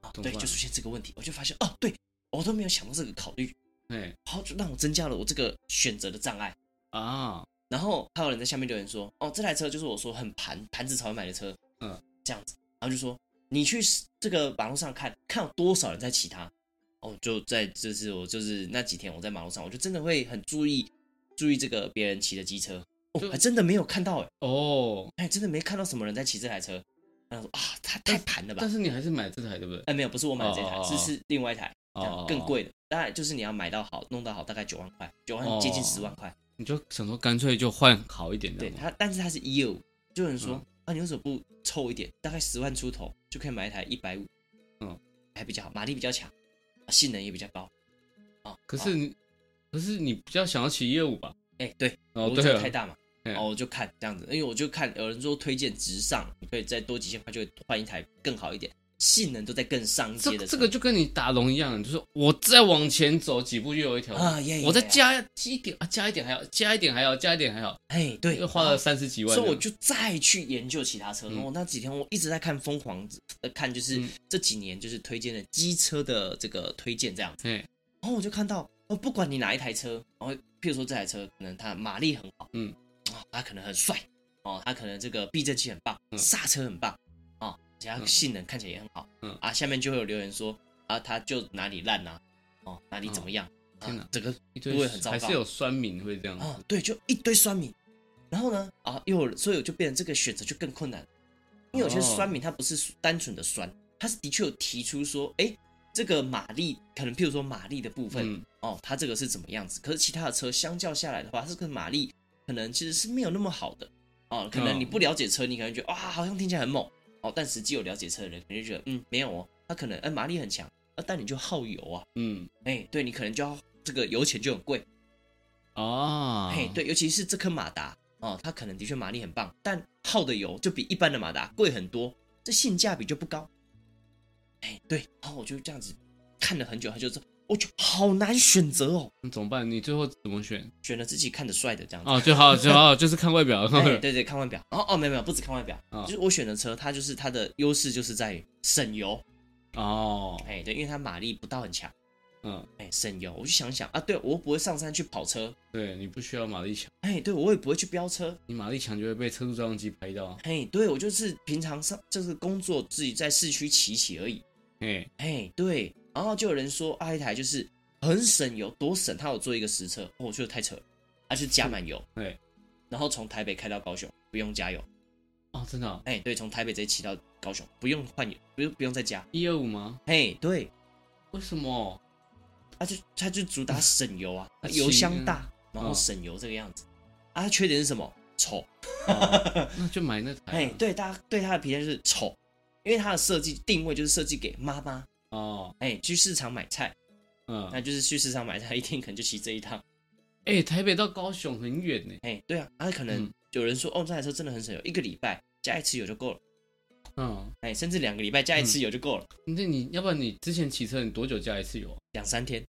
S2: 啊，
S1: 怎么
S2: 对，就
S1: 办
S2: 出现这个问题，我就发现哦，对我都没有想到这个考虑，
S1: 哎
S2: 好，就让我增加了我这个选择的障碍。
S1: 啊，
S2: 然后还有人在下面留言说，哦，这台车就是我说很盘盘子才会买的车，
S1: 嗯，
S2: 这样子，然后就说你去这个马路上看看有多少人在骑它，哦，就在就是我就是那几天我在马路上，我就真的会很注意注意这个别人骑的机车，
S1: 就
S2: 哦，还真的没有看到哎，
S1: 哦，
S2: 哎，真的没看到什么人在骑这台车，然后说啊，它太盘了吧
S1: 但，是你还是买这台对不对？
S2: 哎，没有，不是我买的这台，
S1: 哦哦哦
S2: 是是另外一台，这
S1: 哦哦
S2: 样
S1: 哦
S2: 更贵的，当然就是你要买到好，弄到好，大概九万块，九
S1: 哦
S2: 万接近十万块。
S1: 你就想说干脆就换好一点的，
S2: 对它，但是它是一二五，就有人说、
S1: 嗯
S2: 啊，你为什么不凑一点，大概十万出头就可以买一台一百五，
S1: 嗯，
S2: 还比较好，马力比较强，啊性能也比较高。啊，
S1: 可
S2: 啊
S1: 是你可是你比较想要骑业务吧？
S2: 哎、对，
S1: 哦，
S2: 我
S1: 对
S2: 车
S1: 啊
S2: 太，大嘛，
S1: 嗯
S2: 哦，我就看这样子，因为我就看有人说推荐直上，你可以再多几千块就换一台更好一点，性能都在更上一阶
S1: 这
S2: 的车。
S1: 这个就跟你打龙一样，就是我再往前走几步就有一条路
S2: 啊耶耶
S1: 我再
S2: 耶
S1: 加一点啊，加一点还要，加一点还要，加一点还要，
S2: 哎、对，
S1: 又花
S2: 然后
S1: 了三十几万这
S2: 所以
S1: 样。
S2: 我就再去研究其他车。然后那几天我一直在看疯狂，呃，看就是
S1: 嗯
S2: 这几年就是推荐的机车的这个推荐这样子。
S1: 哎，
S2: 然后我就看到，哦，不管你哪一台车，然后譬如说这台车可能它马力很好，
S1: 嗯，
S2: 哦，它可能很帅，哦，它可能这个避震器很棒，
S1: 嗯
S2: 刹车很棒，哦，而且它
S1: 嗯
S2: 性能看起来也很好，
S1: 嗯
S2: 啊，下面就会有留言说啊，它就哪里烂啊，哦，哪里怎么样，啊
S1: 嗯天哪
S2: 整个
S1: 一
S2: 不
S1: 堆
S2: 会很糟
S1: 还
S2: 糕
S1: 是有酸民会这样子。
S2: 哦，对，就一堆酸民。然后呢，啊，又有所以我就变成这个选择就更困难，因为有些
S1: 哦
S2: 酸民他不是单纯的酸，他是的确有提出说，哎，这个马力可能譬如说马力的部分，
S1: 嗯
S2: 哦，它这个是怎么样子？可是其他的车相较下来的话，这个马力可能其实是没有那么好的，哦，可能你
S1: 嗯
S2: 不了解车，你可能觉得哇，好像听起来很猛，哦，但实际有了解车的人，可能就觉得嗯，没有哦，他可能哎、马力很强，啊，但你就耗油啊，
S1: 嗯
S2: 哎，对你可能就要这个油钱就很贵。
S1: 啊，
S2: 嘿，，对，尤其是这颗马达哦，它可能的确马力很棒，但耗的油就比一般的马达贵很多，这性价比就不高。哎，对，然后我就这样子看了很久，他就说，我就好难选择哦，
S1: 那怎么办？你最后怎么选？
S2: 选了自己看着帅的这样子。
S1: 哦，最好最好就是看外表。
S2: 哎，
S1: *laughs*
S2: 对对，看外表。哦哦，没有没有，不止看外表，
S1: 哦
S2: 就是我选的车，它就是它的优势就是在于省油。
S1: 哦，
S2: 哎，对，因为它马力不到很强，
S1: 嗯，
S2: 哎，省油。我就想想啊，对我又不会上山去跑车，
S1: 对你不需要马力强，
S2: 哎，对我也不会去飙车，
S1: 你马力强就会被车速照相机拍到。
S2: 哎，对我就是平常上就是工作自己在市区骑骑而已，
S1: 哎，
S2: 哎，对。然后就有人说啊，一台就是很省油，多省，他有做一个实测，哦，我觉得太扯了，他是加满油，
S1: 对，
S2: 然后从台北开到高雄，不用加油，
S1: 哦，真的哦，
S2: 哎，对，从台北直接骑到高雄，不用换油，不用不用再加，
S1: 一二五吗？
S2: 哎，对，
S1: 为什么？
S2: 他就他就主打省
S1: *laughs*
S2: 油啊，
S1: 它
S2: 油
S1: 骑
S2: 箱
S1: 嗯
S2: 大，然后
S1: 嗯
S2: 省油这个样子。啊，它缺点是什么？丑。
S1: 哦那就买那台，
S2: 哎
S1: 啊。
S2: 对，大家对它的评价就是丑，因为它的设计定位就是设计给妈妈。
S1: 哦，
S2: 哎，去市场买菜，
S1: 嗯，
S2: 那就是去市场买菜， *laughs* 一天可能就骑这一趟。
S1: 哎，台北到高雄很远呢。
S2: 哎，对啊，啊，可能
S1: 嗯
S2: 有人说，哦，这台车真的很省油，一个礼拜加一次油就够了。
S1: 嗯，
S2: 哎，甚至两个礼拜加一次油就够了，
S1: 那你要不然你之前骑车你多久加一次油啊？
S2: 两三天。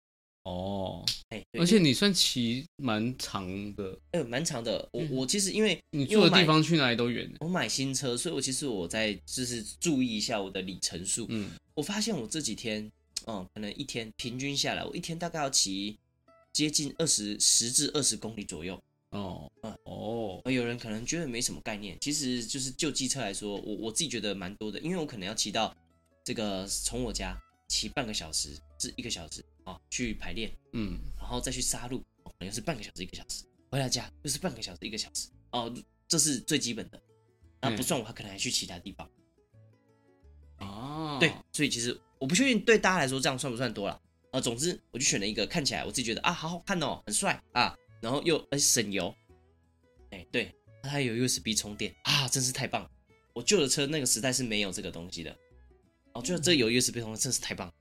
S1: 哦，
S2: 哎，对
S1: 而且你算骑蛮长的，
S2: 哎蛮长的。我
S1: 嗯
S2: 我其实因为
S1: 你
S2: 因为
S1: 住
S2: 我
S1: 的
S2: 买
S1: 地方去哪里都远呢。
S2: 我买新车，所以我其实我在就是注意一下我的里程数。
S1: 嗯，
S2: 我发现我这几天，嗯，可能一天平均下来，我一天大概要骑接近二十十至二十公里左右。
S1: 哦
S2: 嗯，
S1: 哦，
S2: 而有人可能觉得没什么概念，其实就是就机车来说，我我自己觉得蛮多的，因为我可能要骑到这个从我家骑半个小时至一个小时啊，去排练，
S1: 嗯，
S2: 然后再去杀戮，哦可能是半个小时一个小时，回到家又是半个小时一个小时哦，这是最基本的。那不
S1: 嗯
S2: 算我还可能还去其他地方，
S1: 啊，
S2: 对，所以其实我不确定对大家来说这样算不算多了。啊，总之我就选了一个看起来我自己觉得啊好好看哦，很帅啊，然后又呃省油，哎、对，它还有 USB 充电啊，真是太棒了！我旧的车那个时代是没有这个东西的，哦，就这有 USB 充电真是太棒了，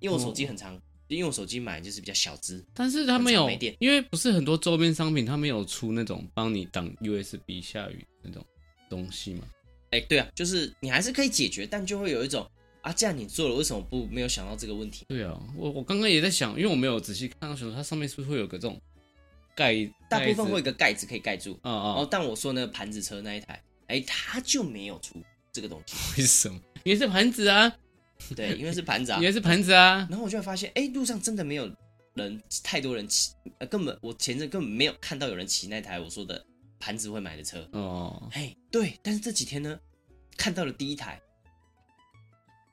S2: 因为我手机很长，因为我手机买就是比较小只，
S1: 但是他
S2: 很
S1: 们
S2: 常
S1: 有
S2: 没电，
S1: 因为不是很多周边商品，他们有出那种帮你挡 USB 下雨那种东西嘛。
S2: 哎、对啊，就是你还是可以解决，但就会有一种啊，既然你做了，为什么不没有想到这个问题？
S1: 对啊，我我刚刚也在想，因为我没有仔细看到想说它上面是不是会有个这种盖，
S2: 大部分会有一
S1: 会，
S2: 哦个盖子可以盖住，
S1: 啊
S2: 然后
S1: 啊，
S2: 但我说那个盘子车那一台，哎，它就没有出这个东
S1: *laughs* *laughs*
S2: 西，
S1: 为什么？因为是盘子啊，
S2: 对，因为是盘子啊
S1: 因。为是盘子啊，
S2: 然后我就会发现，哎，路上真的没有人，太多人骑，呃，根本我前阵根本没有看到有人骑那台我说的盘子会买的车，
S1: 哦，
S2: 哎，对，但是这几天呢，看到了第一台，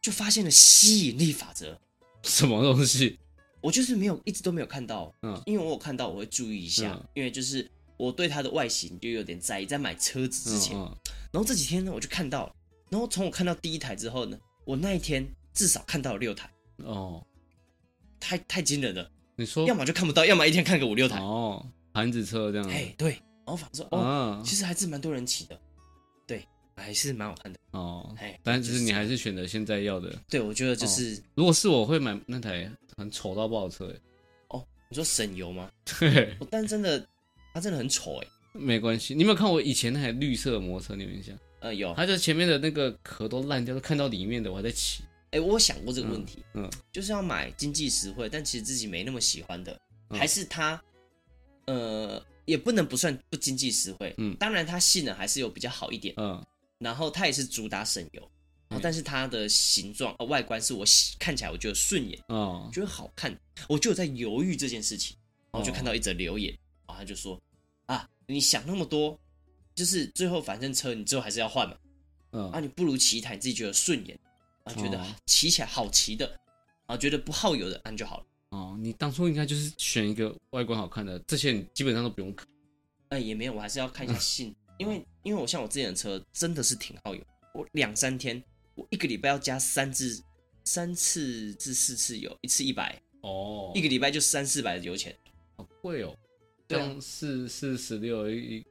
S2: 就发现了吸引力法则，
S1: 什么东西？
S2: 我就是没有一直都没有看到，
S1: 嗯
S2: 因为我有看到我会注意一下，
S1: 嗯
S2: 因为就是我对它的外形就有点在意，在买车子之前，
S1: 嗯嗯
S2: 然后这几天呢，我就看到了，然后从我看到第一台之后呢，我那一天至少看到了六台，
S1: 哦，
S2: 太太惊人了，
S1: 你说
S2: 要么就看不到，要么一天看个五六台。
S1: 哦，盘子车这样，
S2: 哎，对，然后反正说哦，
S1: 啊
S2: 其实还是蛮多人骑的，对，哎还是蛮好看的。
S1: 哦，
S2: 哎，
S1: 但是你
S2: 就
S1: 还是哦选择现在要的。
S2: 对我觉得就是
S1: 如果是我会买那台很丑到爆的车，哎
S2: 你说省油吗？
S1: 对，
S2: 哦但真的它真的很丑哎，
S1: *laughs* 没关系。你有没有看我以前那台绿色的摩托车？你有印象？
S2: 呃有
S1: 它就前面的那个壳都烂掉，都看到里面的，我还在骑。
S2: 哎，我有想过这个问题，
S1: 嗯，
S2: 就是要买经济实惠，但其实自己没那么喜欢的，
S1: 嗯
S2: 还是它，呃，也不能不算不经济实惠。
S1: 嗯
S2: 当然它性能还是有比较好一点，
S1: 嗯，
S2: 然后它也是主打省油，然后
S1: 嗯
S2: 但是它的形状、呃、外观是我喜看起来我觉得顺眼，
S1: 哦
S2: 我，觉得好看，我就有在犹豫这件事情，然后就
S1: 哦
S2: 看到一则留言，然后他就说啊，你想那么多，就是最后反正车你之后还是要换嘛，啊，
S1: 嗯，
S2: 你不如骑一台你自己觉得顺眼，啊，觉得
S1: 哦
S2: 骑起来好骑的，啊，觉得不耗油的，按就好了。
S1: 哦，你当初应该就是选一个外观好看的，这些你基本上都不用看。
S2: 哎、也没有，我还是要
S1: 嗯
S2: 看一下性，因为因为我像我之前的车真的是挺耗油，我两三天，我一个礼拜要加三至三次至四次油，一次一百，
S1: 哦
S2: 一个礼拜就三四百的油钱。
S1: 好贵哦，
S2: 对
S1: 这
S2: 啊
S1: 样四四十六一，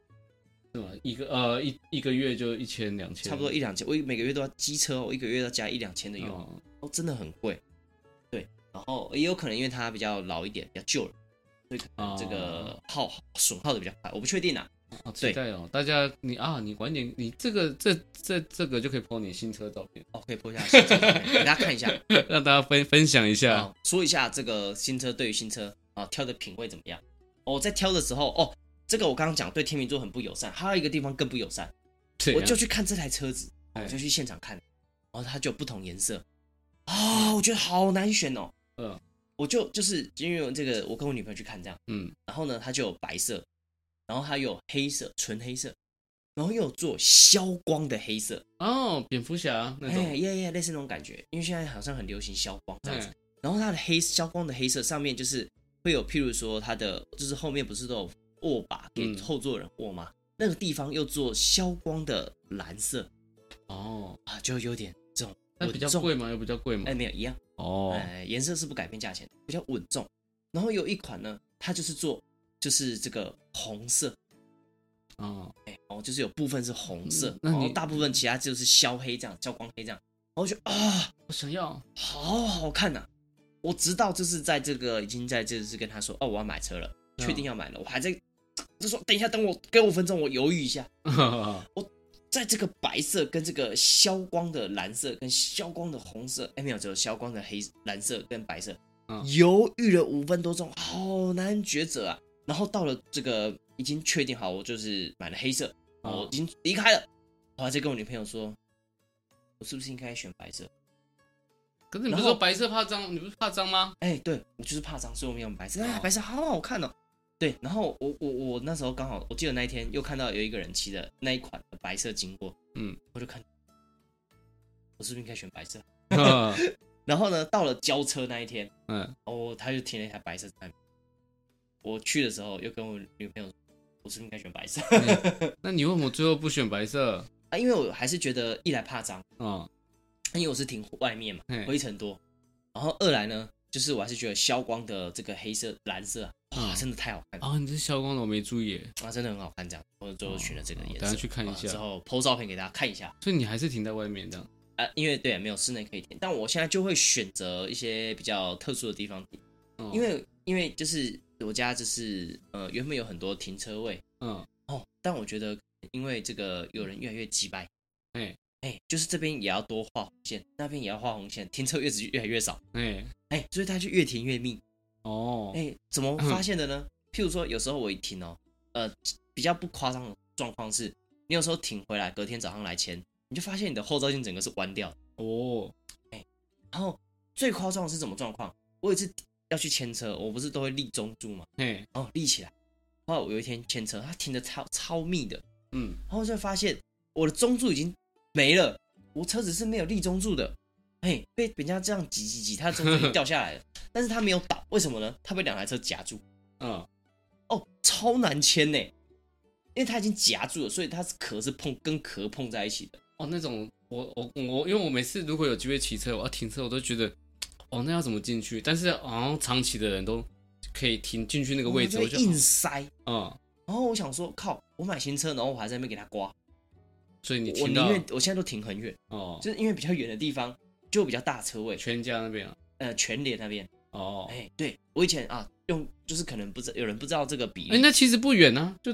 S1: 是吗？一个呃一一个月就一千两千，
S2: 差不多一两千，我每个月都要机车哦，我一个月要加一两千的油，哦
S1: 哦
S2: 真的很贵。对，然后也有可能因为它比较老一点，比较旧了，所以可能哦这个
S1: 哦
S2: 耗损耗的比较快，我不确定啊。
S1: 好啊期待哦！大家你啊，你晚点，你这个这这这个就可以 po 你新车照
S2: *laughs*
S1: 片，
S2: 哦，可以播一下新车，
S1: *laughs*
S2: 给大家看一下
S1: 让大家分分享一下。
S2: 啊，说一下这个新车对于新车啊挑的品味怎么样。哦，在挑的时候哦，这个我刚刚讲对天秤座很不友善，还有一个地方更不友善，
S1: 怎
S2: 我
S1: 样
S2: 就去看这台车子，
S1: 啊哎
S2: 我就去现场看，然后它就有不同颜色，啊、我觉得好难选哦。
S1: 嗯，
S2: 我就就是因为这个，我跟我女朋友去看这样，
S1: 嗯，
S2: 然后呢，它就有白色，然后它又有黑色，纯黑色，然后又有做消光的黑色，
S1: 哦，蝙蝠侠那
S2: 哎
S1: 种，
S2: 耶耶，类似那种感觉，因为现在好像很流行消光这样子
S1: 哎。
S2: 然后它的黑消光的黑色上面就是会有，譬如说它的就是后面不是都有握把给
S1: 嗯
S2: 后座人握吗？那个地方又做消光的蓝色
S1: 哦，
S2: 啊，就有点这种
S1: 那比较
S2: 稳重
S1: 贵吗？又比较贵吗
S2: 哎，？没有一样，
S1: 哦，
S2: 哎，颜色是不改变价钱，比较稳重。然后有一款呢，它就是做就是这个红色，
S1: 哦，
S2: 哎，哦，就是有部分是红色
S1: 嗯，那
S2: 然后
S1: 你
S2: 大部分其他就是消黑这样，消光黑这样。然后就啊，
S1: 我想要， *laughs*
S2: 好好看呐、我直到就是在这个已经在这是跟他说哦，我要买车了，
S1: 嗯
S2: 确定要买了，我还在就说等一下，等我给我五分钟，我犹豫一下。哦在这个白色跟这个消光的蓝色跟消光的红色，哎没有，只有消光的黑蓝色跟白色，
S1: 嗯
S2: 犹豫了五分多钟，好难抉择啊。然后到了这个已经确定好，我就是买了黑色，
S1: 嗯
S2: 我已经离开了，我还在跟我女朋友说，我是不是应该选白色？
S1: 可是你不
S2: 然
S1: 是
S2: 后
S1: 说白色怕脏，你不是怕脏
S2: *laughs*
S1: 吗？ *laughs*
S2: 哎、对我就是怕脏，所以我没有买白色。啊
S1: 哦，
S2: 白色好好看哦。对，然后我我我那时候刚好，我记得那一天又看到有一个人骑的那一款的白色经过，
S1: 嗯，
S2: 我就看，我是不是应该选白色？
S1: 嗯
S2: 然后呢，到了交车那一天，哦，他就停了一台白色在那边。我去的时候又跟我女朋友说，我是不是应该选白色？ *laughs*
S1: 那你为什么最后不选白色？
S2: 啊，因为我还是觉得一来怕脏，
S1: 哦，
S2: 因为我是停外面嘛
S1: 嘿，
S2: 灰尘多。然后二来呢，就是我还是觉得消光的这个黑色、蓝色啊，哇，
S1: 嗯
S2: 真的太好看了。
S1: 啊，你这消光的我没注意耶，
S2: 啊，真的很好看，这样，我最后选了这个
S1: 哦
S2: 颜色，
S1: 等下去看一下
S2: 啊之后 PO 照片给大家看一下
S1: 所以你还是停在外面这样。
S2: 啊，因为对，没有室内可以填，但我现在就会选择一些比较特殊的地方停，
S1: 哦
S2: 因为因为就是我家就是呃原本有很多停车位
S1: 嗯，
S2: 哦，但我觉得因为这个有人越来越鸡掰，
S1: 哎
S2: 哎，就是这边也要多画红线，那边也要画红线，停车位置越来越少，
S1: 哎，
S2: 哎，所以它就越停越密，
S1: 哦，
S2: 哎，怎么发现的呢？譬如说，有时候我一停哦，呃，比较不夸张的状况是，你有时候停回来，隔天早上来签，你就发现你的后照镜整个是弯掉的。
S1: 哦，
S2: 然后最夸张的是什么状况？我有一次要去牵车，我不是都会立中柱嘛，
S1: 嘿，
S2: 然后立起来。后来我有一天牵车，它停的超超密的，
S1: 嗯，
S2: 然后就发现我的中柱已经没了，我车子是没有立中柱的，嘿，被人家这样挤挤挤，它的中柱已经掉下来了， *laughs* 但是它没有倒，为什么呢？它被两台车夹住。
S1: 嗯，
S2: 哦，超难牵呢，因为它已经夹住了，所以它是壳是碰跟壳碰在一起的。
S1: 哦，那种我我我，因为我每次如果有机会骑车，我要停车，我都觉得，哦，那要怎么进去？但是好像长期的人都可以停进去那个位置，
S2: 我
S1: 我
S2: 哦就
S1: 就
S2: 会硬塞。
S1: 嗯，
S2: 然后我想说，靠，我买新车，然后我还在那边给它刮，
S1: 所以你
S2: 我
S1: 停
S2: 宁
S1: 到
S2: 愿我现在都停很远，
S1: 哦，
S2: 就是因为比较远的地方就有比较大车位，
S1: 全家那边啊，
S2: 呃，全脸那边。
S1: 哦，
S2: 哎、对我以前啊用就是可能不知有人不知道这个比
S1: 哎，
S2: 例，
S1: 那其实不远啊，就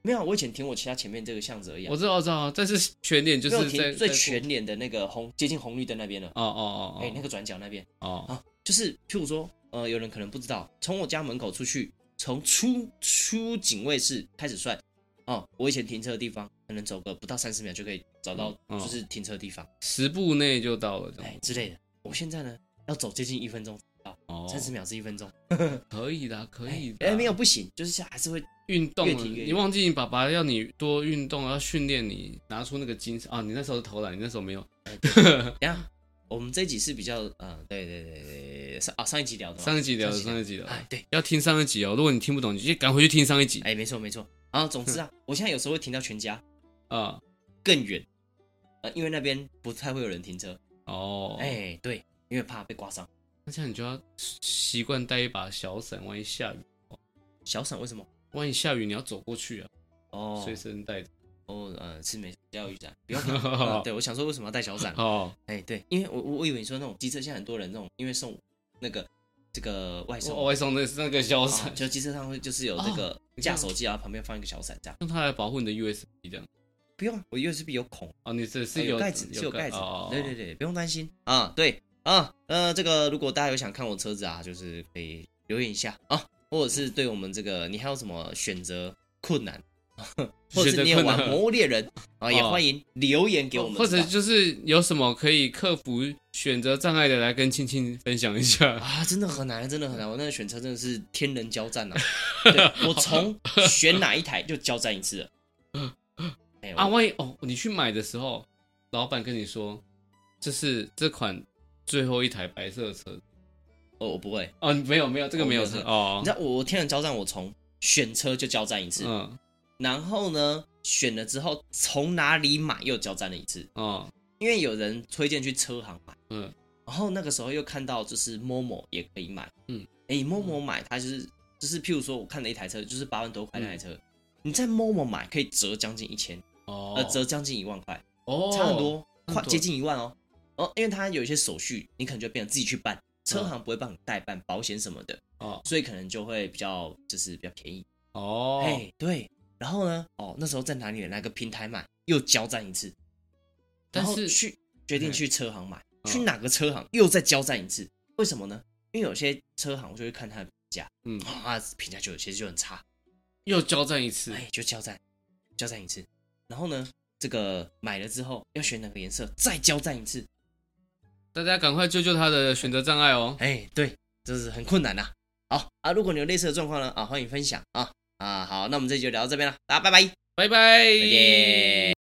S2: 没有，我以前停我骑他前面这个巷子而已、啊，
S1: 我知道我知道，但是全脸就
S2: 没有
S1: 是在
S2: 停
S1: 在
S2: 最
S1: 过
S2: 全脸的那个红接近红绿灯那边了，
S1: 哦哦
S2: 哎、那
S1: 哦
S2: 个转角那边。
S1: 哦
S2: 啊，就是譬如说，呃，有人可能不知道，从我家门口出去，从出出警卫室开始算，哦，我以前停车的地方，可能走个不到三十秒就可以找到，
S1: 嗯嗯
S2: 就是停车的地方
S1: 哦，，十步内就到了这
S2: 哎、
S1: 样，
S2: 之类的。我现在呢，要走接近一分钟，
S1: 哦，
S2: 三十秒是一分钟，
S1: 可以的啊，可以
S2: 哎、
S1: 的啊，
S2: 没有不行，就是还是会，
S1: 运动
S2: 越
S1: 了，
S2: 提越
S1: 你
S2: 有
S1: 忘记你爸爸要你多运动，要训练你，拿出那个精神啊！你那时候是投篮，你那时候没有。
S2: 哦等一下，我们这一集是比较，嗯、对对对对对，上啊上一集聊的嘛，
S1: 上一集聊的，
S2: 上
S1: 上一集聊
S2: 哎
S1: 的，
S2: 对，
S1: 要听上一集哦。如果你听不懂，你就赶回去听上一集
S2: 哎、没错没错，然后总之
S1: *laughs*
S2: 啊，我现在有时候会停到全家
S1: 啊。
S2: 更远，呃，因为那边不太会有人停车，
S1: 哦，
S2: 哎、对，因为怕被刮伤。
S1: 那这样你就要习惯带一把小伞，万一下雨，
S2: 小伞为什么？
S1: 万一下雨你要走过去啊，
S2: 哦
S1: 随身带着。
S2: 哦，呃，是没要雨伞，不用怕、
S1: *laughs*
S2: 呃对，我想说为什么要带小伞？
S1: 哦，
S2: 哎、对，因为我我我以为你说那种机车，现在很多人那种，因为送那个这个外送，
S1: 我哦外送哦的是那个小伞
S2: 啊，就机车上会就是有这个
S1: 你
S2: 架
S1: 看
S2: 手机，然后旁边放一个小伞这样。
S1: 用它来保护你的 USB 这样。
S2: 不用，我 USB 有孔，
S1: 哦，你这
S2: 呃
S1: 是有
S2: 盖子，是有盖子。
S1: 哦
S2: 对对对，不用担心啊。对啊，呃，这个如果大家有想看我车子啊，就是可以留言一下啊，或者是对我们这个你还有什么选择困难 *laughs* 或者是你也
S1: 觉
S2: 玩
S1: 得
S2: 《
S1: 困难哦
S2: 魔物猎人》啊，也欢迎留言给我们
S1: 或
S2: 知道，
S1: 者就是有什么可以克服选择障碍的，来跟青青分享一
S2: *laughs*
S1: 下。
S2: 啊，真的很难，真的很难。我那个选车真的是天人交战
S1: *laughs*
S2: 啊！对我从选哪一台就交战一次
S1: *laughs*
S2: 了。哎、
S1: 啊，
S2: 我
S1: 万一哦，你去买的时候，老板跟你说这是这款最后一台白色车
S2: 我我不会，
S1: 哦，没有没有，这个
S2: 哦
S1: 没有
S2: 没有
S1: 车
S2: 这个
S1: 哦
S2: 你知，道我我天人交战，我从选车就交战一次，
S1: 嗯
S2: 然后呢，选了之后从哪里买又交战了一次，
S1: 哦
S2: 因为有人推荐去车行买，
S1: 嗯
S2: 然后那个时候又看到就是某某也可以买，
S1: 嗯，
S2: 哎、某某买它就是就是譬如说我看了一台车就是八万多块那台车，你在某某买可以折将近一千，
S1: 嗯哦，
S2: 呃，折将近一万块。
S1: 哦
S2: 差很多，
S1: 很
S2: 快
S1: 多
S2: 接近一万哦。哦，因为它有一些手续，你可能就变成自己去办，车
S1: 嗯
S2: 行不会帮你代办保险什么的，
S1: 哦
S2: 所以可能就会比较就是比较便宜。
S1: 哦，
S2: 哎，对。然后呢，哦，那时候在哪里的哪个平台买，又交战一次，
S1: 但
S2: 然后
S1: 是
S2: 去决定
S1: 嘿
S2: 去车行买，
S1: 嗯
S2: 去哪个车行又再交战一次，为什么呢？因为有些车行我就会看它的评价，
S1: 嗯
S2: 啊，它的评价就有些就很差，
S1: 又交战一次，
S2: 哎，就交战，交战一次。然后呢，这个买了之后要选哪个颜色，再交战一次。
S1: 大家赶快救救他的选择障碍哦。
S2: 哎，对，这是很困难呐、好啊，如果你有类似的状况呢，啊，欢迎分享啊啊，好，那我们这集就聊到这边了，大家拜拜，
S1: 拜拜，
S2: 再见。